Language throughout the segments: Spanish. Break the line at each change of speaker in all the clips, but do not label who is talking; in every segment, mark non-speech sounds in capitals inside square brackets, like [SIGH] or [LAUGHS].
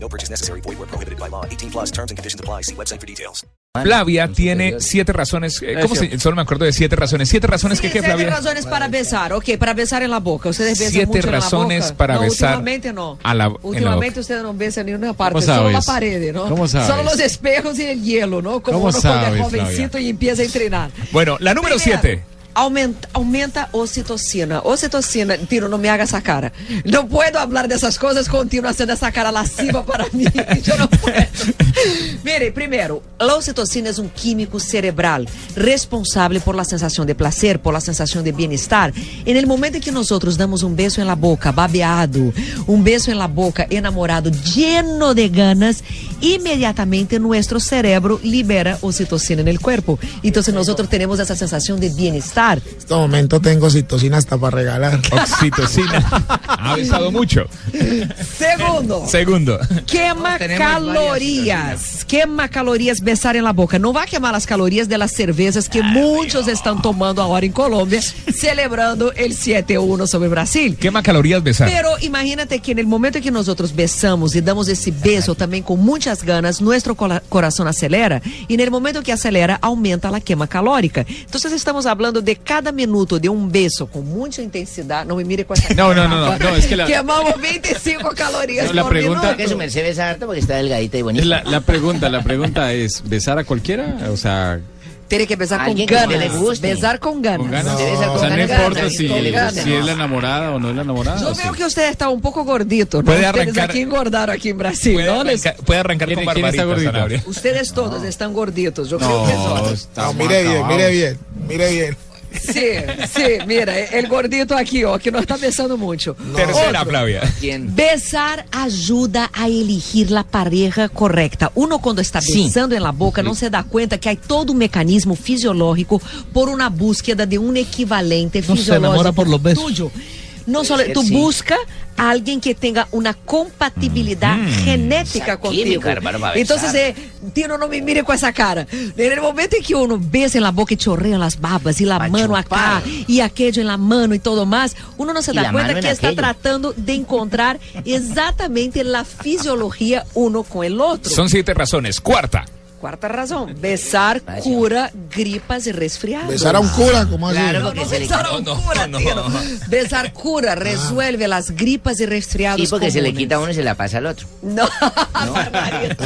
No purchase necessary. Void where prohibited by law. 18 plus terms and conditions apply. See website for details.
Flavia tiene siete razones. eh, ¿Cómo se- solo me acuerdo de siete razones. Siete razones que
Sí,
qué,
siete
Flavia.
razones para besar, ok, para besar en la boca. Ustedes besan
Siete
mucho en
razones
la boca.
para
no,
besar
Últimamente no.
a la- en la boca.
últimamente ustedes no besan ni en una parte,
¿Cómo
solo la
sabes?
pared, ¿no?
¿Cómo sabes?
Solo los espejos y el hielo, ¿no? Como
¿Cómo
uno cuando es
sabes,
jovencito y empieza a entrenar.
Bueno, la número
Primero,
siete.
Aumenta, aumenta ocitocina. Ocitocina, Tiro, no me hagas esa cara. No puedo hablar de esas cosas continuo haciendo esa cara lasciva para [LAUGHS] mí. Yo no puedo. Mire, primero, la ocitocina es un é um químico cerebral responsable por la sensación de placer, por la sensación de bienestar. En el momento en que nosotros damos un beso en la boca, babeado, un beso en la boca, enamorado, lleno de ganas, inmediatamente nuestro cerebro libera ocitocina en el cuerpo. Entonces nosotros tenemos esa sensación de bienestar.
En este momento tengo citocina hasta para regalar.
Oxitocina. ha besado mucho.
Segundo.
Segundo.
Quema calorías. Quema calorías besar en la boca. Não vai queimar as calorias das cervejas que muitos estão tomando agora em Colômbia, celebrando el 7-1 sobre o Brasil.
Quema calorías besar.
Pero imagínate que en el momento que nosotros besamos y damos ese beso también con muchas ganas, nuestro cola- corazón acelera y en el momento que acelera aumenta la quema calórica. Entonces estamos hablando de cada minuto de un beso con mucha intensidad. No me mire con esa
No, no,
cara,
no, no,
Rafa.
no, es que la-
Quemamos 25 calorías
No, la
por
pregunta-
minuto.
que su merced besa harto porque está delgadita y bonita.
La, la pregunta, la pregunta es, ¿besar a cualquiera? O sea,
Tiene que besar con
Alguien que
ganas.
le guste.
Besar con ganas.
con ganas.
Debe ser con
o sea, no
ganas,
importa
ganas,
si,
con ganas.
si es la enamorada o no es la enamorada.
Yo
o sí.
veo que usted está un poco gordito. ¿no?
Puede
Ustedes
arrancar-
aquí engordaron aquí en Brasil,
Puede
¿no? Les-
arrancar, puede arrancar con
¿Quién- quién
barbarita,
está gordito?
Sanabria.
Ustedes todos están gorditos. Yo creo que son.
No, está
No, mire bien,
acabado.
mire bien, mire bien.
Sí, sí, mira, el gordito aquí, ó, que tá no está besando mucho.
Tercera, Flavia.
¿Quién?
Besar ajuda a elegir la pareja correcta. Uno, quando está
Sim.
pensando em la boca, não se dá conta que há todo um mecanismo fisiológico por uma búsqueda de um equivalente fisiológico tuyo. No solo,
ser,
tu
sim.
busca alguém que tenha uma compatibilidade
Uhum.
genética
Essa
contigo.
química, hermano, para
Então,
besar.
eh, Tino, não me mire com essa cara. No momento em que uno besa em la boca e chorrean as babas, e la
Pa'
mano
chupar.
acá, e aquello em la mano e todo mais, uno não se
Y
dá
la
conta
mano en
que está
aquello.
tratando tratando de encontrar exactamente la fisiología uno con el otro.
Son siete razones. Cuarta.
Cuarta razón, besar
Vaya.
cura gripas y resfriados.
Besar a un cura, ¿cómo así?
Claro, porque
No,
se le...
besar
No, no,
cura,
no.
tío. Besar cura resuelve las gripas y resfriados.
Sí, porque se le
comunes.
quita a uno y se la pasa al otro.
No, [LAUGHS] barbaridad.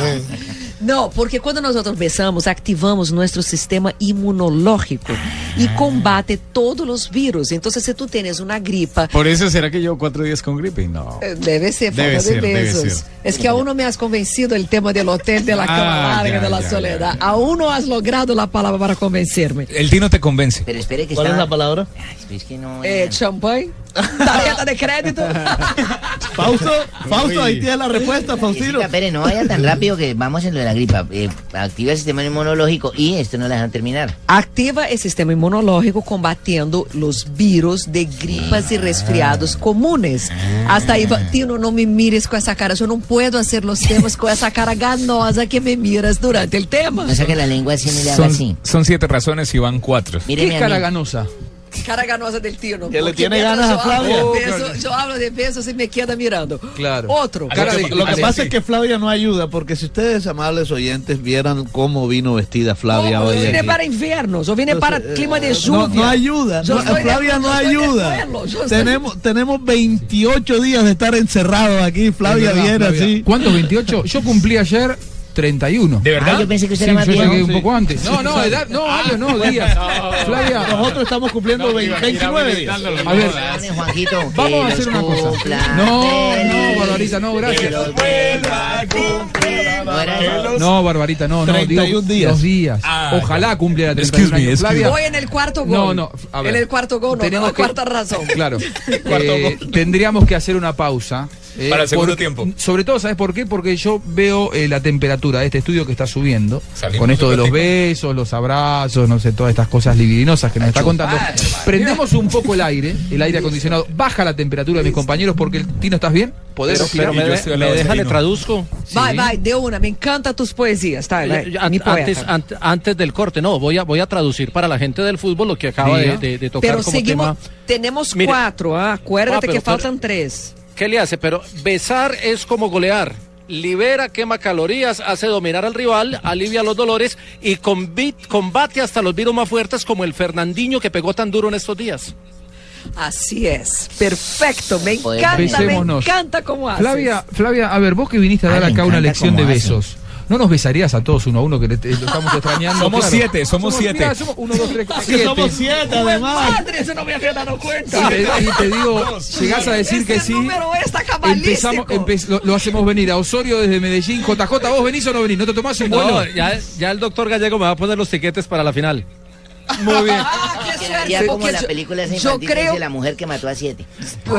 No, porque quando nós outros besamos, activamos nosso sistema imunológico e combate todos os vírus. Então, se tu tens uma gripa,
Por eso será que llevo cuatro días con gripe. No.
Eh, Debe ser, falta
Debe
de
ser, debe
besos.
ser.
Es que aún no me has convencido el tema del hotel, de la cama
Ah,
larga,
ya,
de la
ya,
soledad. Aún no has logrado la palabra para convencerme.
El Dino te convence.
Pero espere que
¿Cuál es
estaba-
la palabra?
Ay, es que no...
Eh, ¿Champagne? ¿Tarjeta de crédito?
Fausto,
Uy.
Fausto, ahí tiene la respuesta, Faustino.
Jessica Pérez, no vaya tan rápido que vamos en lo de la gripa. Eh, activa el sistema inmunológico y esto no la dejan terminar.
Activa el sistema inmunológico combatiendo los virus de gripas y
Ah.
resfriados comunes. Hasta ahí, va- Tino, no me mires con esa cara. Yo no puedo hacer los temas con esa cara ganosa que me miras durante el tema.
No saque la lengua así ni le haga
Son,
así.
son siete razones y van cuatro.
Míreme a mí.
ganosa?
cara ganosa del Tino.
Que le
porque
tiene
mientras
ganas a
yo hablo de
Flavia.
besos- yo hablo de besos y me queda mirando.
Claro.
Otro.
Cara
lo
de-
que, lo que
así,
pasa
así.
es que Flavia no ayuda, porque si ustedes, amables oyentes, vieran cómo vino vestida Flavia
Oh,
hoy.
yo vine
aquí.
para invierno, yo vine para
Entonces,
clima de
eh,
lluvia.
No, no ayuda,
Yo
no,
soy de-
Flavia no
yo soy de
ayuda.
pueblo, yo soy-
Tenemos, tenemos 28 días de estar encerrados aquí, Flavia viene así.
¿Cuántos 28? Yo cumplí ayer 31.
¿De
Ah,
verdad?
yo pensé que usted
Sí,
era más
yo
viejo.
llegué un
sí.
poco antes. No, no, edad, no, años,
[LAUGHS]
no, días. Flavia,
Nosotros estamos cumpliendo 20 29 días.
a ver,
Dale, Juanjito, que
vamos a
los
hacer una cosa.
cumpla
No,
feliz.
no, Barbarita, no, gracias.
Que los vuelva a cumplir No era eso.
No, Barbarita, no, no.
31
digo,
días.
Los días.
Ah,
Ojalá cumpliera 31
Excuse me,
años.
excuse
Flavia,
Voy en el cuarto gol.
No, no, a ver.
En el cuarto gol, no,
Tenemos
no,
que-
cuarta razón.
[LAUGHS]
Claro. Eh, tendríamos que hacer una pausa. eh,
Para el segundo
porque-
tiempo.
Sobre todo, ¿sabes por qué? Porque yo veo eh, la temperatura de este estudio que está subiendo.
Salimos
con esto de los
simpáticos.
besos, los abrazos, no sé, todas estas cosas libidinosas que nos está contando. Prendemos un poco el aire, el aire acondicionado. Baja la temperatura de mis compañeros porque, el- Tino, ¿estás bien? ¿Podés
Pero-
respirar?
pero me- estoy al lado de
deja, le
Sabino.
traduzco.
Vai, vai, deu una. Me encantan tus poesías. Tá, vai,
Yo- yo- an-
mi poeta.
antes, ant- antes del corte, no, voy a, voy a traducir para la gente del fútbol lo que acaba
Diga.
de, de- de tocar
Pero
como
seguimos.
tema.
Tenemos
Mira.
cuatro. ah,
Ah,
Acuérdate
pero
que
tú eres-
faltan tres.
¿Qué le hace? Pero besar es como golear. Libera, quema calorías, hace dominar al rival, alivia los dolores y combi- combate hasta los virus más fuertes como el Fernandinho que pegó tan duro en estos días.
Así es. Perfecto. Me
Poeta.
encanta, me
Besémonos.
encanta cómo haces.
Flavia, Flavia, a ver, vos que viniste a dar
Ah, me
acá una
encanta
lección de
cómo
besos. ¿No nos besarías a todos uno a uno que le- te- lo estamos extrañando?
Somos siete, somos siete.
mirá, somos uno, dos, tres, cuatro, siete.
siete,
Madre, eso no me había dado
Y
cuenta.
te, y te digo, llegás a decir
Ese
que sí.
número está
Empezamos,
cabalístico.
empe- lo, lo hacemos venir a Osorio desde Medellín. JJ, ¿vos venís o no venís? ¿No te tomás un vuelo?
ya, ya el doctor Gallego me va a poner los tiquetes para la final.
Muy bien.
[LAUGHS] Ah, qué suerte,
Ya como
porque
la
yo-
película esa
Yo
infantil que
creo
dice la mujer que mató a siete.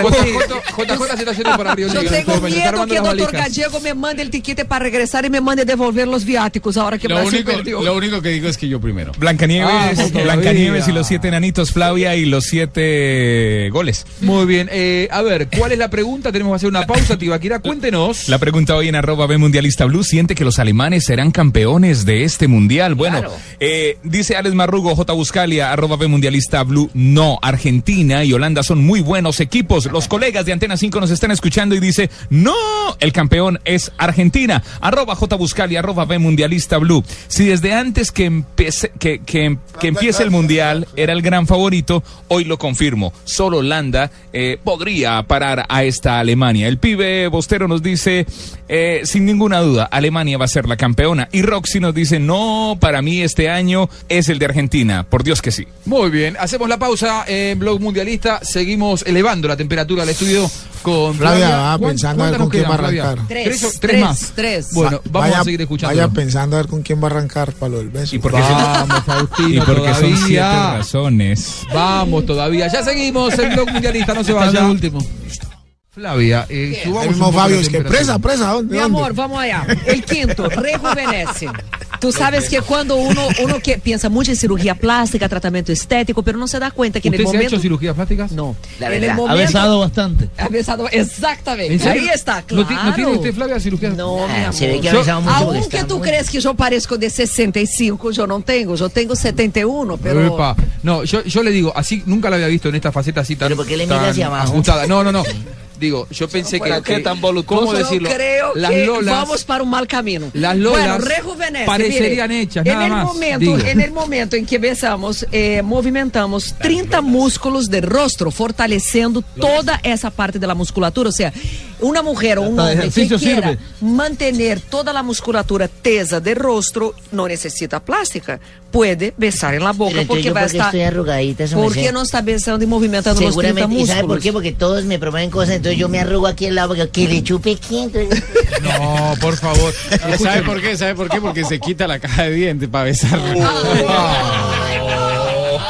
JJ, JJ se está yendo para Río
Yo
Negro.
tengo
Está
miedo
armando
que
las
o Dr.
valijas.
Gallego me mande el tiquete para regresar y me mande devolver los viáticos ahora que
Lo
Brasil
único,
perdió.
lo único que digo es que yo primero.
Blancanieves,
Ah, todavía.
Blancanieves y los siete enanitos, Flavia y los siete goles.
Muy bien. eh, a ver, ¿cuál es la pregunta? Tenemos que hacer una pausa, Tibaquira. Cuéntenos.
La pregunta hoy en arroba B Mundialista Blue, ¿siente que los alemanes serán campeones de este mundial? Bueno, eh, dice Alex Marrugo, J. Buscalia, arroba B Mundialista Blue, no, Argentina y Holanda son muy buenos equipos. Los colegas de Antena 5 nos están escuchando y dice, no, el campeón es Argentina, arroba J. Buscalia, arroba B Mundialista Blue. Si desde antes que, empece- que, que, em- que empiece el mundial era el gran favorito, hoy lo confirmo, solo Holanda eh, podría parar a esta Alemania. El pibe Bostero nos dice, eh, sin ninguna duda, Alemania va a ser la campeona. Y Roxy nos dice, no, para mí este año es el de Argentina. Por Dios que sí.
Muy bien, hacemos la pausa en Blog Mundialista. Seguimos elevando la temperatura del estudio con
Flavia, va
¿Cuán-
pensando
cuántas
a ver con
nos
quién
quedan,
va a
Flavia?
arrancar.
Tres,
Tres,
tres
tres,
más.
tres.
Bueno, vamos
Vaya-
a seguir escuchando.
Vaya pensando a ver con quién va a arrancar para lo del beso.
Y porque, [LAUGHS]
Vamos, Faustino,
y porque son siete
todavía.
razones.
Vamos todavía. Ya seguimos en Blog Mundialista, no se
Está
vaya.
el último.
Flavia, eh, subamos
el
un
mismo
poco
Fabio
la
es que
temperatura.
presa, presa, ¿dónde?
Mi
dónde?
amor, vamos allá.
[LAUGHS]
El quinto, rejuvenece. Tú sabes que cuando uno, uno que piensa mucho en cirugía plástica, tratamiento estético, pero no se da cuenta que en el
¿Usted se ha
momento...
hecho cirugías plásticas?
No.
La
en el
verdad.
momento...
Ha besado bastante.
Ha besado,
¿En
exactamente.
serio?
Ahí está,
¿No
claro.
ti- ¿No tiene usted, Flavia, cirugías?
No, mi
Ah,
amor.
se ve que
Yo-
avanzamos mucho. porque
Aunque
está
tú
muy-
crees que yo parezco de 65, yo no tengo, yo tengo 71, pero...
Epa. No, yo, yo le digo, así nunca la había visto en esta faceta así tan,
Pero ¿por qué le mira
tan
hacia abajo?
ajustada. No, no,
[LAUGHS]
no. Digo, yo pensé que,
pero qué
que-
tan voluptuoso.
¿cómo
Yo
decirlo?
creo
las
que
lolas,
vamos para un mal camino.
Las lolas
bueno, rejuvenece,
parecerían
mire,
hechas,
en
nada
el
más,
Momento,
digo.
En el momento en que besamos, eh, movimentamos 30 músculos de rostro, fortaleciendo toda esa parte de la musculatura. O sea, una mujer o un
Hasta de
hombre que
ejercicio
quiera
sirve.
mantener toda la musculatura tesa de rostro, no necesita plástica. Puede besar en la boca
Pero entonces
porque
yo
va a
porque
estar...
estoy arrugadita, eso me
¿Por
sé.
qué no está besando y movimentando los 30
Seguramente, ¿y
músculos?
sabe por qué? Porque todos me proponen cosas, entonces yo me arrugo aquí al lado, porque que le chupe quién. entonces-
[LAUGHS]
No, por favor.
¿Sabe por qué? ¿Sabe por qué? Porque se quita la caja de dientes para besar.
Uh.
Ah.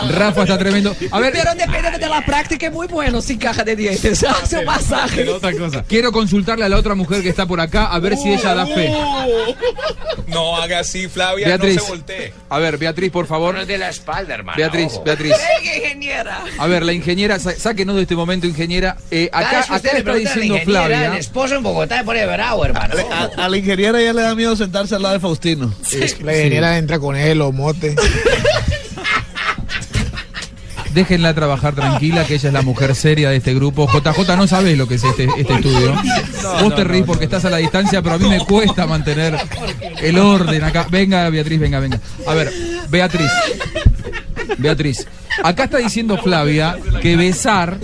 Rafa está tremendo. A ver,
Pero dependiendo de la práctica es muy bueno sin caja de dientes. [LAUGHS] Hace un masaje.
Pero otra cosa.
quiero consultarle a la otra mujer que está por acá a ver si ella da fe.
No haga así, Flavia,
Beatriz. A ver, Beatriz, por favor.
de la espalda, hermano.
Beatriz, Beatriz.
Venga, ingeniera.
A ver, la ingeniera, sa- sáquenos de este momento, ingeniera. Eh, acá acá está diciendo Flavia.
esposo en Bogotá se pone bravo, hermano.
A, a la ingeniera ya le da miedo sentarse al lado de Faustino.
pues.
Es que la ingeniera entra con él o mote.
Déjenla trabajar tranquila, que ella es la mujer seria de este grupo. JJ, no sabes lo que es este, este estudio. Vos te reís porque estás a la distancia, pero a mí me cuesta mantener el orden acá. Venga, Beatriz, venga, venga. A ver, Beatriz. Beatriz, acá está diciendo Flavia que besar,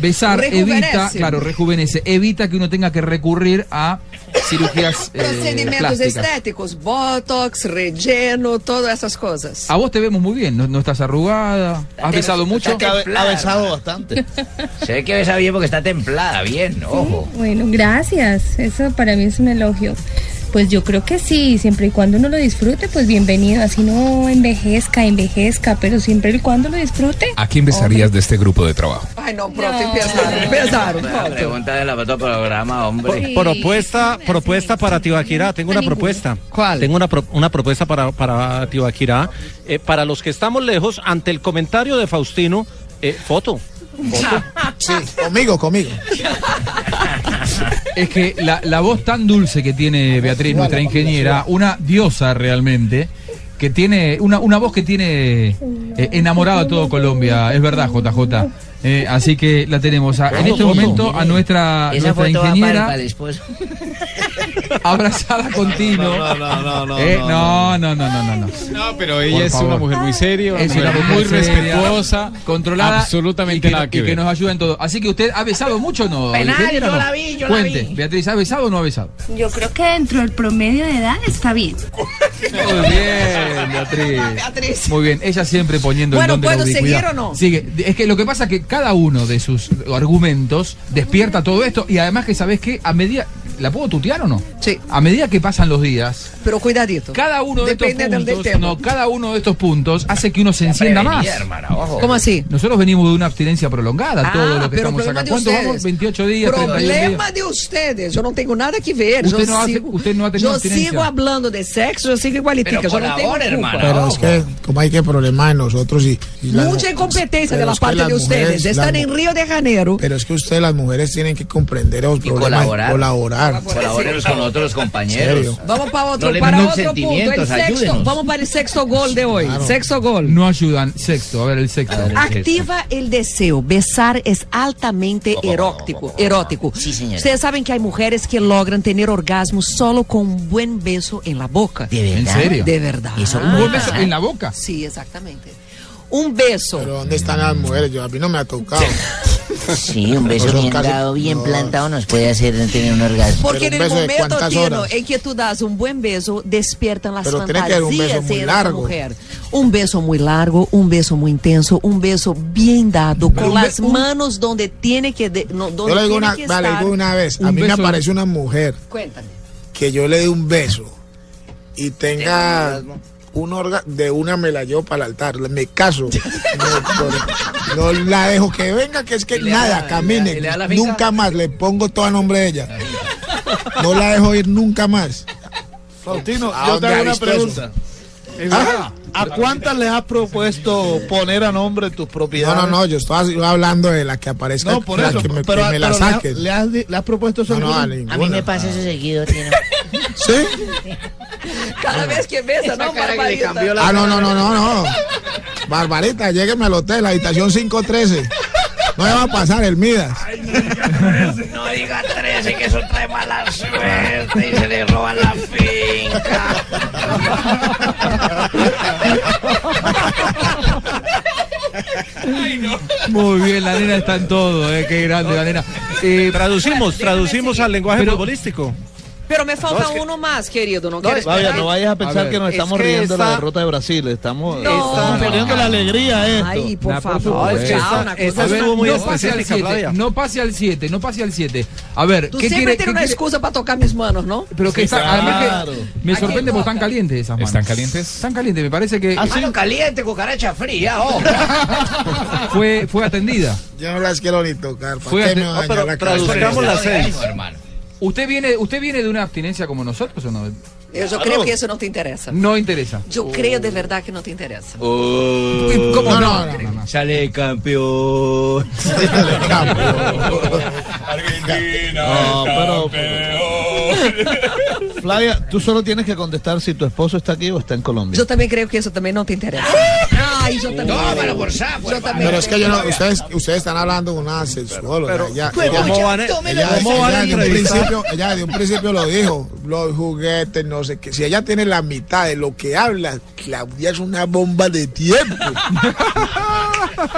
besar
Rejuvenece.
evita, claro, rejuvenece, evita que uno tenga que recurrir a
[LAUGHS]
cirugías eh,
Procedimentos
plásticas.
estéticos, botox, relleno, todas esas cosas.
A vos te vemos muy bien, no, no estás arrugada, has besado mucho.
Ha, ha besado bastante.
Se ve que besa bien porque está templada, bien, ojo.
Bueno, gracias. Eso para mí es un elogio. Pues yo creo que sí, siempre y cuando uno lo disfrute, pues bienvenido. Así no envejezca, envejezca, pero siempre y cuando lo disfrute.
¿A quién besarías de este grupo de trabajo?
Ay, no, pronto empezaron, empezaron. pronto.
Pregunta de la otro programa, hombre.
Propuesta, propuesta para Tibaquirá. Tengo una propuesta. ¿Cuál? Tengo una, pro- una propuesta para, para Tibaquirá. Eh, para los que estamos lejos, ante el comentario de Faustino, eh, foto.
Sí, conmigo, conmigo.
Es que la, la voz tan dulce que tiene Beatriz, nuestra ingeniera, una diosa realmente, que tiene una, una voz que tiene eh, enamorado a todo Colombia, es verdad, JJ. Eh, así que la tenemos a- en este momento a
Ah,
nuestra, nuestra
Esa foto va para- para
ingeniera
el esposo. [LAUGHS]
abrazada con Tino.
No, no, no, no,
Eh,
no,
No, no, no, no, no. no.
No, pero ella
Por
es
favor.
una mujer muy seria, una
Es
mujer
una mujer
muy
seria,
respetuosa,
controlada
absolutamente
y que,
nada que
y que
ver.
nos ayuda en todo. Así que usted ha besado mucho o no.
Penal,
ingeniera,
yo
no?
la vi, yo la
Cuente,
vi.
Beatriz, ¿ha besado o no ha besado?
Yo creo que dentro del promedio de edad está bien.
Muy bien, Beatriz.
Beatriz.
Muy bien, ella siempre poniendo
Bueno,
el don de la
¿puedo seguir
ubicuidad.
o no?
Sigue. Es que lo que pasa es que cada uno de sus argumentos despierta todo esto y además que sabes que a medida ¿la puedo tutear o no?
Sí.
A medida que pasan los días,
Pero cuidadito.
Cada uno de
Depende
estos
del- del
puntos,
tema.
no, cada uno de estos puntos hace que uno se encienda más.
prevenir, ¿Cómo así?
Nosotros venimos de una abstinencia prolongada,
Ah,
todo lo que
pero
estamos
problema
acá.
de
¿Cuánto
ustedes.
vamos? 28 días, 31 días.
Problema de ustedes, yo no tengo nada que ver.
Usted
yo
no hace-
sigo,
usted no ha tenido
yo
abstinencia.
sigo hablando de sexo, yo sigo igualitica,
Pero
yo no tengo
colabore,
culpa.
hermano.
Pero es que, como hay que problemas en nosotros y. y las
Mucha
mu-
incompetencia
pero
de la
es que
parte
las
de ustedes.
mujeres-
Están
las
en
mu-
Río de Janeiro.
Pero es que ustedes, las mujeres, tienen que comprender los problemas
colaborar.
y colaborar.
Colaboreros con otros compañeros.
Serio.
Vamos para otro,
No le
para
metan
otro punto. El
sentimientos,
sexto,
ayúdenos.
vamos para el sexto gol de hoy. Sexto gol.
No ayudan. Sexto, a ver el sexto. Ah,
Activa el deseo. Besar es altamente erótico. erótico.
Sí, señora.
Ustedes saben que hay mujeres que logran tener orgasmo solo con un buen beso en la boca.
¿De
¿En
verdad?
serio?
De verdad.
Eso
Un buen
puede
beso
pasar.
en la boca.
Sí, exactamente. Un beso.
Pero ¿dónde están las mujeres? Yo, a mí no me
[LAUGHS]
ha tocado.
[LAUGHS] Sí, un
Eso
beso
es
bien
casi-
dado, bien
no.
plantado nos puede hacer tener un orgasmo.
Porque en
Pero un
el
beso de
momento,
cuántas
Tino,
horas?
en que tú das un buen beso, despiertan las
Pero tiene que
fantasías
haber un beso muy
de la
largo.
mujer. Un beso muy largo, un beso muy intenso, un beso bien dado,
Pero
con
un
las
be- un-
manos donde tiene que, de- no, donde
Yo le digo
tiene
una,
que
vale,
estar.
digo una vez. A
Un
mí me
beso-
aparece una mujer
Cuéntame.
que yo le dé un beso y tenga un orga, de una me la llevo para el altar, me caso. No, no- no la dejo que venga, que es que nada, camine.
y le da la finca.
nunca más, le pongo todo a nombre de ella. No la dejo ir nunca más. Ah,
Faustino,
¿A
yo
dónde
te hago
ha
una
visto
pregunta.
¿Ah?
¿Ah?
Ajá. ¿A cuántas les has propuesto poner a nombre tus
No,
propiedades?
no, no, yo estoy así- hablando de la que aparezca,
No, por
la
eso.
que me,
pero
que me la
pero le has-
saquen.
Le has, di- le has propuesto eso
No, no,
alguna?
a
A mí
ninguna.
me pasa eso seguido, Tino.
¿Sí?
Cada vez que besa, no, Barbarita?
Ah, no, no, no, no, no. Barbarita, llégueme al hotel, la habitación 513. No le va a pasar el Midas.
No diga 13 que eso trae mala suerte y se le roba la finca.
Muy bien, la nena está en todo, eh, qué grande la nena. Eh,
Traducimos, traducimos al lenguaje
Pero-
futbolístico.
[LAUGHS] Pero me falta
No, es que-
uno más, querido. No,
No,
quieres
vaya,
esperar?
no vayas a
A
pensar
ver,
que nos
es
estamos
que
riendo de la
esta-
derrota de Brasil. Estamos, eh,
No.
estamos perdiendo la alegría a esto.
Ay, por
Nah, por
favor.
supuesto.
chao,
Esa-
una
esa
cosa-
estuvo muy
no pase al
específica,
7,
Flavia.
no pase al 7, no pase al 7. A ver,
Tú
¿qué quiere?
siempre tienes
qué
una
quiere-
excusa para tocar mis manos, ¿no?
Pero que
Sí,
está,
claro.
además que me sorprende porque están calientes esas manos.
¿Están calientes?
Están calientes, me parece que
Mano caliente, cucaracha fría, oh.
fue, fue atendida.
Yo no las quiero ni tocar. ¿Para
Fue
qué
ante-
me va a
no,
dañar la cabeza?
traduzcamos la seis.
hermano.
¿Usted viene, ¿Usted viene de una abstinencia como nosotros o no?
Eu já creio que isso não te interessa.
No interesa.
Eu creio de verdade que não te interessa.
¿Cómo
Uh, No, no, no, no.
Sale campeón.
No, pero, Flavia, tú solo tienes que contestar si tu esposo está aquí o está en Colombia.
Eu também creio que isso também não te interessa. Ai, eu também.
Tómalo por sapo, hermano.
Pero es que yo no, ustedes, ustedes están hablando de una sexuóloga. ella, ella-
¿Cómo van a-
ella-
cómo van a
ella de un
entrevistar?
principio, ella de un principio lo dijo, los juguetes, no sé qué. Si ella tiene [LAUGHS] la mitad de lo que habla, Claudia es una bomba de tiempo.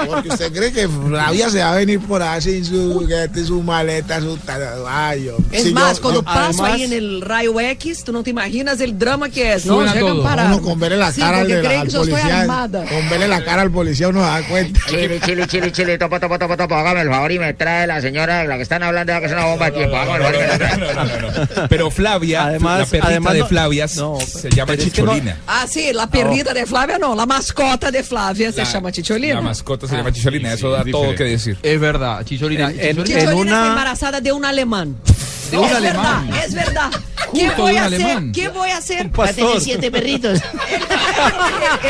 Porque usted cree que Flavia se va a venir por ahí sin su juguete, su maleta, su tarabayo.
Es más, cuando paso ahí en el rayo X, tú no te imaginas el drama que é, es. No, llegan a parar.
Uno con verle la
Sí,
cara al,
porque
de-
creen
al
que yo estoy
policía.
armada.
Con verle la cara al policía uno se da cuenta.
[LAUGHS] Chile, chile, chile, chile, topo, topo, topo, topo, hágame el favor y me trae la señora, la que están hablando, que es una bomba de tiempo, hágame el favor y me la trae.
Pero Flavia,
Además-
la perrita
además
de
no-
Flavia, se llama
pero es que no-
Chicholina.
Ah, sí, la perdida de Flávia não, la mascota de Flávia se chama Chicholina.
La mascota se llama Chicholina, eso da todo que decir.
Ah, Es verdad, Chicholina.
Chicholina foi embarazada de um alemão.
De um
é
alemão?
Verdade, é verdade.
Junto
Que
de
vou
um
ser?
alemão?
Que vou ser?
pastor. Vai ter
[LAUGHS]
siete perritos.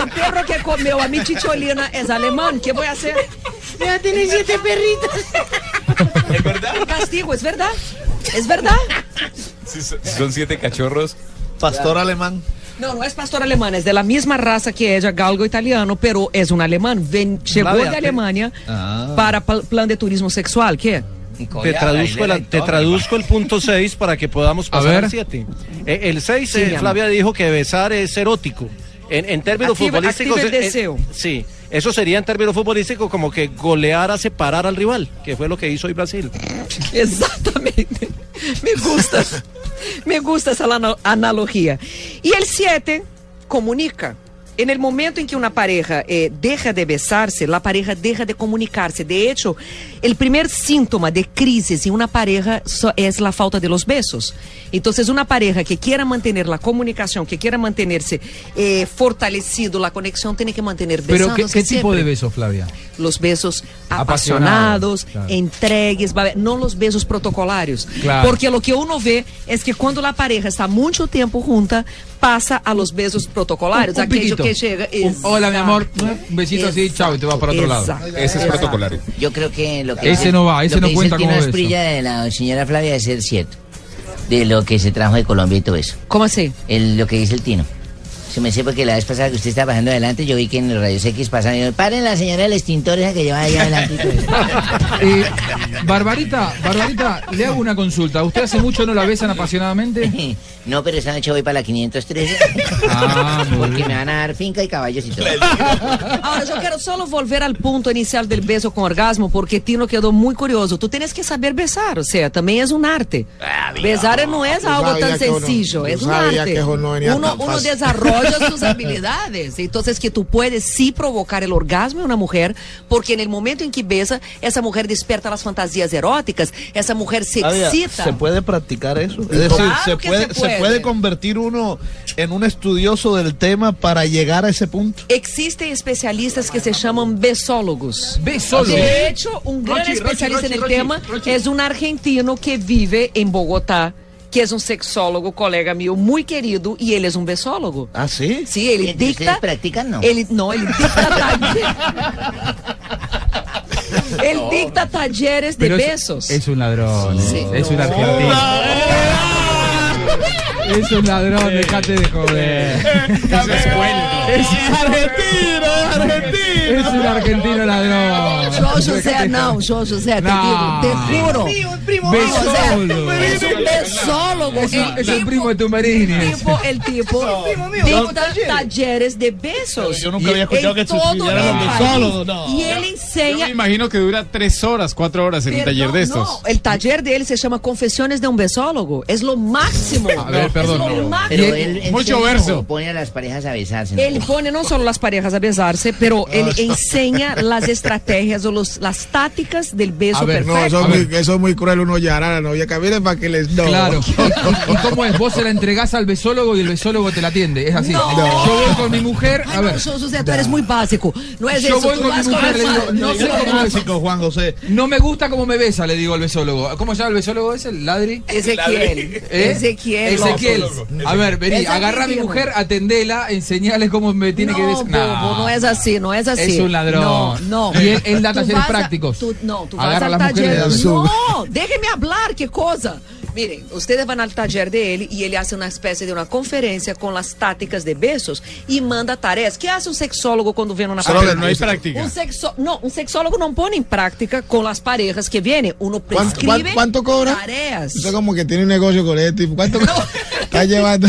O perro que comeu a minha Chicholina é alemão. Que vou ser? Vai ter siete perritos. É verdade? Castigo, é verdade. É verdade.
Si so- si son siete cachorros.
Pastor
alemán.
Não, não é pastor alemã, é da mesma raça que é, galgo italiano, pero é um alemão. Vem, chegou
Flávia,
da
te-
Alemanha para pl- plan de turismo sexual, que?
Te traduzco, el, te traduzco el punto 6 para que podamos pasar
ver.
al 7. el 6,
Sí, mi amor.
Flavia dijo que besar es erótico. En, en términos
Activa-
futbolísticos.
activa el
eh, eh,
deseo.
sí, eso sería en términos futbolísticos como que golear a separar al rival, que fue lo que hizo hoy Brasil.
[LAUGHS] Exactamente. Me gusta. Me gusta esa lano- analogía. Y el 7 comunica. En el momento en que una pareja eh, deja de besarse, la pareja deja de comunicarse. De hecho, el primer síntoma de crisis en una pareja so- es la falta de los besos. Entonces, una pareja que quiera mantener la comunicación, que quiera mantenerse eh, fortalecido la conexión, tiene que mantener
Pero ¿qué,
besándose
qué tipo
siempre.
de beso, Flavia?
los besos
Apasionados,
apasionados,
claro.
entregues, va- no los besos protocolarios.
Claro.
Porque lo que uno ve es que cuando la pareja está mucho tiempo junta, pasa a los besos protocolarios,
Un
aquello
piquito.
que llega
Un-
es-
hola, mi amor. Un besito así, chao, y te vas para otro lado.
Exacto. Ese es Exacto. protocolario. Yo creo que lo que
Ese no va, ese
lo
no
que
cuenta
dice el
como
Tino
beso.
Asprilla de la señora Flavia es el cierto. De lo que se trajo de Colombia y todo eso.
¿Cómo así?
lo que dice el Tino. Se me sé porque la vez pasada que usted estaba bajando adelante, yo vi que en los rayos X pasan y yo, paren la señora del extintor esa que lleva allá adelante. y todo eso".
Eh, Barbarita, Barbarita, le hago una consulta. ¿Usted hace mucho no la besan apasionadamente?
[LAUGHS]
No, pero esta noche voy para la 513.
Ah,
porque me van a dar finca y caballos y todo.
Agora, eu quero só volver ao ponto inicial do beijo com orgasmo, porque Tino quedou muito curioso. Tu tens que saber besar, ou seja, também é um arte.
Ah,
Besar não é
Eu
algo tão
sabia que eu não-
sencillo, é
eu
um
sabia
arte.
que eu não ia
Uno,
tão
uno
fácil. [LAUGHS]
desarrolla sus habilidades. Entonces, que tu puedes sí provocar el orgasmo en una mujer, porque en el momento en que besa, esa mujer despierta las fantasías eróticas, esa mujer se
Flavia,
excita.
Ah, ¿Se puede practicar eso? Es
Claro
decir, se,
que
puede,
se
se, puede.
puede.
convertir uno en un estudioso del tema para llegar a ese punto.
Existem especialistas que se chamam besólogos.
Besólogos.
De hecho, um grande
Rochi, Rochi,
especialista
Rochi,
no
Rochi,
tema é um argentino que vive em Bogotá, que é um sexólogo, colega meu, muito querido, e ele é um besólogo.
Ah, sí.
Sí, ele
Entonces,
dicta.
¿ustedes practican? No.
Ele não, ele
[LAUGHS]
dicta talleres. ele dicta talleres de
Pero
besos.
es, es un ladrón,
Sí.
¿eh? es un argentino. Es un ladrón, dejate de joder. Es argentino, es argentino. Es un argentino ladrón.
João José, não, João José, te
Não.
digo, te juro. João José,
Besólogo.
é um besólogo.
Es,
Ele
es el primo de tu Marini.
tipo, el tipo dicta talleres de besos.
Yo nunca había escuchado
en
que
todo
sustituyeran
el
al
país.
besólogo, no.
Y él
Yo
enseña.
me imagino que dura tres horas, cuatro horas en un
Perdón,
taller de
no, eh.
estos.
el taller de él se llama Confesiones de un besólogo. Es lo máximo.
A ver,
Es
perdón,
lo
no.
máximo.
Pero él, él
Mucho
se-
verso.
Pone a las parejas a besarse. ¿no?
Ele põe não só as parejas a besar-se, pero
Ah,
ele enseña
[LAUGHS]
as estratégias ou los- las táticas del beso perfecto.
no, eso es, muy, eso es muy cruel uno llorar a la novia que viene para que les no.
Claro. ¿Y cómo es? Vos se la entregás al besólogo y el besólogo te la atiende. Es así.
No.
Yo voy con mi mujer.
Ai,
A ver.
não, Jô José, tu eres muito básico. Não é isso.
Yo voy
tu
con mi
vas
mujer, le
começar.
digo, no sé cómo es.
Juan José.
No me gusta cómo me besa, le digo al besólogo. ¿Cómo se llama el besólogo ese? ¿El ladri?
Ezequiel.
¿Eh?
Ezequiel.
Ezequiel. A ver, vení,
Ezequiel.
agarra a mi mujer, atendela, enseñale cómo me tiene que besar.
Não, bobo, não é assim, não é assim.
Es un ladrón.
Não, não.
Y él- él da
Tu
talleres
vas a-
prácticos.
tu- não, tu
Agarra
vas
las
al
mujeres
taller.
del sur.
No, déjeme hablar, que coisa. Miren, ustedes van al taller de él y él hace una especie de una conferencia con las táticas de besos y manda tareas. ¿Qué hace un sexólogo cuando viene
Ah,
una
Solo
pareja?
no hay práctica.
Un sexo- no, un sexólogo no pone en práctica con las parejas que viene. Uno
¿Cuánto,
prescribe
cuán- cuánto cobra?
tareas.
[LAUGHS] Usted como que tiene un negocio con este tipo. ¿Cuánto cobra? Está llevando.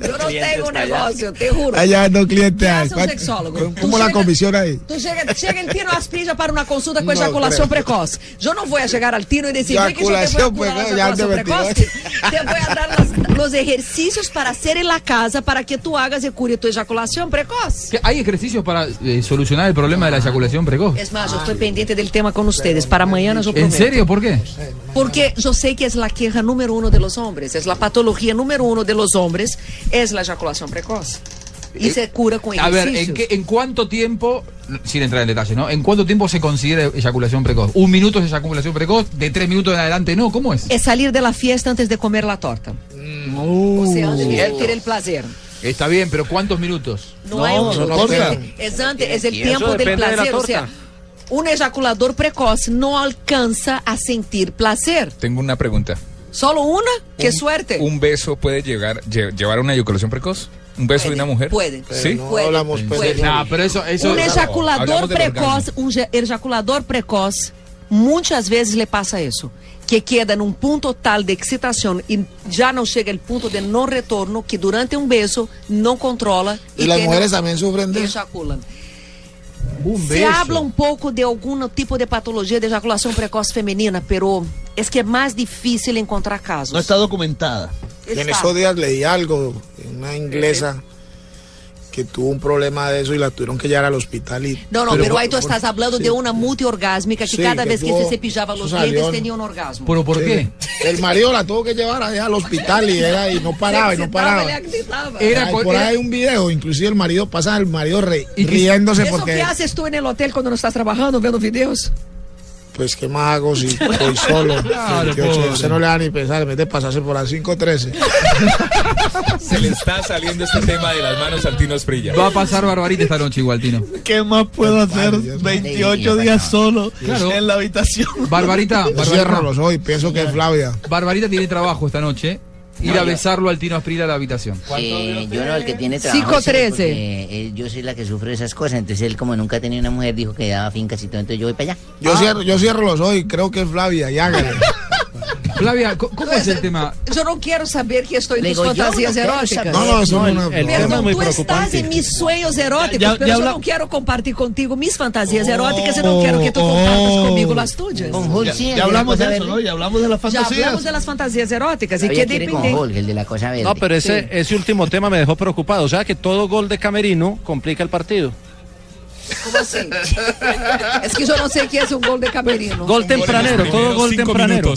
Yo no tengo un negócio, te juro.
Allá no clientes hay.
Traz um
¿Cuál-
sexólogo.
¿Cómo,
Tu
cómo la
chega-
comisión ahí?
Tu chega, chega e tira umas pilhas para uma consulta com
Não,
ejaculação
credo.
precoce. Eu não vou chegar al tiro e decir, "Vem que yo te
Eyaculação
voy a curar
precoce,
la
ya
eyaculação
te metí, ¿eh?
precoce. [LAUGHS] Te voy a dar los, los ejercicios para hacer en la casa para que tú hagas y cure tu eyaculación precoce.
Que Hay ejercicios para eh, solucionar el problema de la eyaculación precoz.
Es más, yo estoy pendiente del tema con ustedes. Para mañana yo
¿En
prometo.
serio? ¿Por qué?
Porque yo sé que es la queja número uno de los hombres, es la patología número uno de los hombres, es la eyaculación precoz. Y se cura con
Eh, A ver,
ejercicios.
¿en, qué- en cuánto tiempo, sin entrar en detalles, ¿no? ¿En cuánto tiempo se considera eyaculación precoz? ¿Un minuto es eyaculación precoz? ¿De tres minutos en Mm. adelante no? ¿Cómo es?
Es salir de la fiesta antes de comer la torta. O sea,
Oh.
antes de sentir el placer.
Está bien, pero ¿cuántos minutos?
No, hay un Es antes, es el
Y eso
tiempo del
depende de la
placer. o
torta.
sea, un ejaculador precoz no alcanza a sentir placer.
Tengo una pregunta.
Solo una, qué suerte.
¿Un beso puede llegar, lle- llevar a una eyaculación precoz? ¿Un beso de una mujer?
puede.
¿Sí?
Pero no Puede, hablamos, pues, puede. de-
No, pero eso, eso
um ejaculador
Hablamos del
precoce,
orgasmo.
um ge- ejaculador precoce, muitas vezes lhe passa isso, que queda num ponto tal de excitação e já não chega ao ponto de não retorno que durante um beijo não controla
Y las
que
mujeres
não-
también sufren de eso.
ejaculam.
Un
Se habla um pouco de algum tipo de patologia de ejaculação precoce feminina, pero é que é mais difícil encontrar casos.
No está documentada.
Y en esos días leí algo, una inglesa que tuvo un problema de eso y la tuvieron que llevar al hospital y...
Não, não, pero aí tu
por-
estás hablando de uma multiorgásmica que
Sí,
cada
que
vez que
tuvo-
se cepillaba los
eso salió,
dientes
¿no?
tenía um orgasmo.
¿Pero por
Sí.
qué?
El marido la tuvo que llevar allá al hospital y era y no paraba y no paraba.
Era
Ay,
con-
por
era-
ahí hay un video, inclusive el marido pasa al marido re- riéndose
Eso
porque
que haces tú en el hotel cuando no estás trabajando, viendo videos.
pues qué más hago si estoy solo.
Claro,
28,
pobre.
usted no le da ni pensar, en vez de pasarse por las 513.
Se le está saliendo este tema de las manos al Tino Esprilla.
Va a pasar barbarita esta noche igual, Tino.
¿Qué más puedo hacer 28 días solo
Claro.
en la habitación?
Barbarita,
Yo
Barbarita.
cierro los ojos y pienso que es Flavia.
Barbarita tiene trabajo esta noche. Ir
No,
a
yo-
besarlo al Tino Asprila a la habitación.
Eh, yo no, el que tiene trabajo.
5-13.
sí, porque, eh, yo soy la que sufre esas cosas. Entonces él, como nunca tenía una mujer, dijo que daba fincas y todo. Entonces yo voy para allá.
Yo, cierro, yo cierro los ojos y creo que es Flavia y hágale.
Flavia, ¿cómo es
[LAUGHS]
el tema?
Yo no quiero saber que estoy en
Le
tus
digo, yo
fantasías
no quiero
eróticas.
No, no, eso es una...
Perdón,
el tema es muy
tú estás
preocupante.
en mis sueños eróticos,
Ya- ya
pero yo
habla-
no quiero compartir contigo mis fantasías eróticas y no quiero que tú compartas conmigo las tuyas.
Con Hulk,
Ya,
sí.
ya
el de la
hablamos
cosa
de eso,
verde.
¿no? Ya hablamos de las
Ya hablamos
fantasías.
de las fantasías eróticas y
Todavía
que
quiere con
dependen.
Hulk, el de la cosa verde.
No, pero ese, ese último tema me dejó preocupado. O sea que todo gol de Camerino complica el partido.
¿Cómo así? [LAUGHS] es que yo no sé qué es un gol de camerino.
Gol tempranero, todo gol tempranero.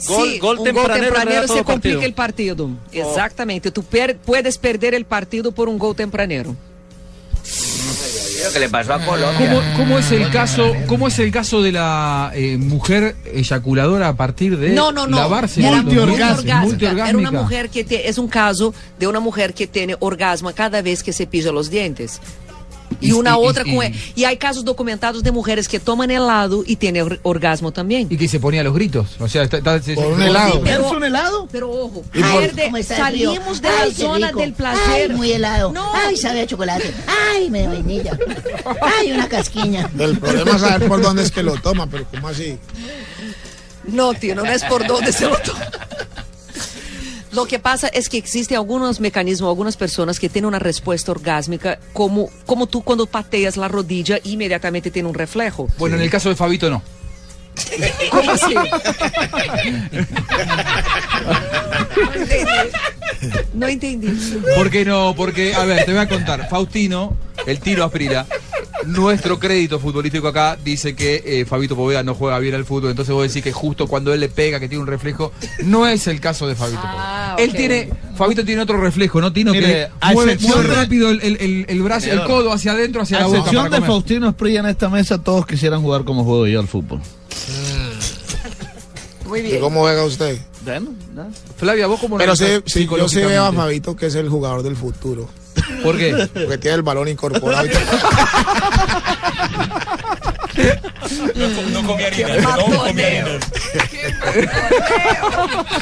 Sí,
Gol, gol
un
tempranero,
gol
arregla
tempranero
todo
se complica
partido.
el partido. Oh. Exactamente. Tú per- puedes perder el partido por un gol tempranero.
Creo que le pasó a Colombia.
¿Cómo, cómo es el caso, cómo es el caso de la eh, mujer eyaculadora a partir de
No, no, no.
lavarse?
Era
Multiorgásmica.
multiorgásmica. Era una
Multiorgásmica.
mujer que te- es un caso de una mujer que tiene orgasmo cada vez que se pilla los dientes. Y,
Y-
una
y-
otra
y-
con e-,
y-
y hay casos documentados de mujeres que toman helado y tienen or- orgasmo también.
Y que se ponía los gritos. O sea, está, está- se-
Por un
se-
helado.
Pero-
un helado?
Pero ojo,
Y por-
pierde-
¿Cómo está el frío?
salimos de la
Ay, qué
zona
rico.
del placer.
Ay, muy helado.
No.
Ay, sabe a chocolate. Ay, me da vainilla. Ay, una casquiña.
El problema es saber por dónde es que lo toma, pero ¿cómo así?
No, tío, no es por dónde se lo toma. Lo que pasa es que existen algunos mecanismos, algunas personas que tienen una respuesta orgásmica, como, como tú cuando pateas la rodilla, inmediatamente tiene un reflejo.
Bueno, en el caso de Fabito no.
¿Cómo así? No entendí.
¿Por qué no? Porque, a ver, te voy a contar. Faustino, el tiro Asprila, nuestro crédito futbolístico acá dice que eh, Fabito Poveda no juega bien al fútbol. Entonces vos decís que justo cuando él le pega, que tiene un reflejo, no es el caso de Fabito Poveda.
Ah, ok.
Él tiene, Fabito tiene otro reflejo, ¿no, Tino?
Mire,
que
a
mueve
excepción
muy
de-
rápido el, el- el- el brazo, el
Tenedor.
codo hacia adentro, hacia
A
la boca.
excepción
para
de
comer.
Faustino Esprilla en esta mesa, todos quisieran jugar como juego yo al fútbol.
Muy
¿Y
bien.
cómo juega usted?
Bueno, ¿no?
Flavia, vos como
Pero sí, sí, yo sí veo a Fabito que es el jugador del futuro.
¿Por qué?
Porque tiene el balón incorporado. y-
No comí harina.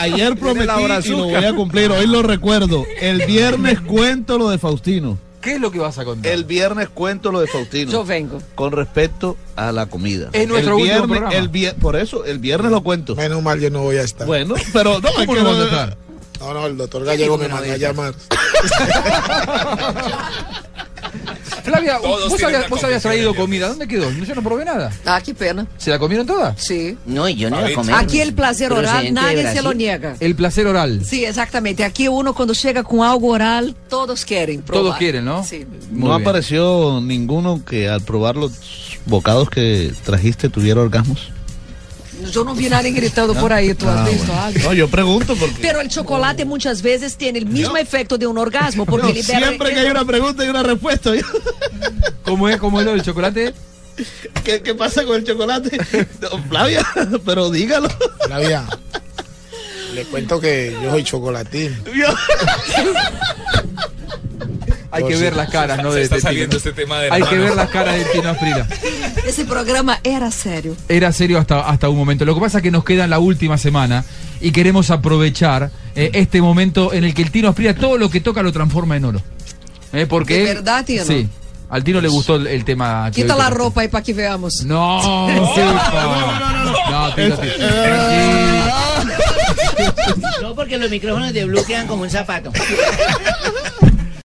Ayer prometí y lo voy a cumplir, hoy lo recuerdo. El viernes cuento lo de Faustino.
¿Qué es lo que vas a contar?
El viernes cuento lo de Faustino.
Yo vengo.
Con respecto a la comida.
Es nuestro
el
último
viernes,
programa.
el vier- Por eso, el viernes lo cuento.
Menos mal yo no voy a estar.
Bueno, pero no,
[LAUGHS] ¿Cómo
es que
lo
no-
vas a estar?
No, no, el doctor Gallego me
Una
mandó a
vez.
llamar.
Flavia,
Todos
vos,
tienen
habías,
la
vos habías
confesión
traído comida. ¿Dónde quedó? No, Yo no probé nada.
Ah, qué pena.
¿Se la comieron toda?
Sí.
No, yo no la comí.
Aquí el placer oral,
Procedente de
nadie se
Brasil.
lo niega.
El placer oral.
Sí, exactamente. Aquí uno cuando llega con algo oral, todos quieren probar.
Todos quieren, ¿no?
Sí.
Muy
no
bien.
apareció ninguno que al probar los bocados que trajiste tuviera orgasmos.
Yo no vi nadie gritando por ahí, tú has
Ah,
visto
bueno.
algo.
No, yo pregunto porque.
Pero el chocolate muchas veces tiene el mismo efecto de un orgasmo, porque
No,
libera...
siempre que hay una pregunta hay una respuesta.
¿Cómo es, cómo es lo del chocolate?
[LAUGHS] ¿Qué, qué pasa con el chocolate? [LAUGHS] No, Flavia, [LAUGHS] pero dígalo.
Flavia, le cuento que yo soy chocolatín.
Hay
Por
que
si-
ver las caras, ¿no?
Se
de-
está
de Tino.
saliendo este tema de las
Hay que
manos.
ver las caras de Tino Frida.
Ese programa era serio.
Era serio hasta, hasta un momento. Lo que pasa es que nos queda la última semana y queremos aprovechar eh, este momento en el que el Tino Asprida todo lo que toca lo transforma en oro. Eh, porque,
¿De verdad, Tino?
Sí. Al Tino le gustó el, el tema. que
Quita
hoy
la
toca.
ropa ahí para que veamos.
No, Zulfa. No, Tino, Tino.
No, porque los micrófonos de Blue quedan como un zapato.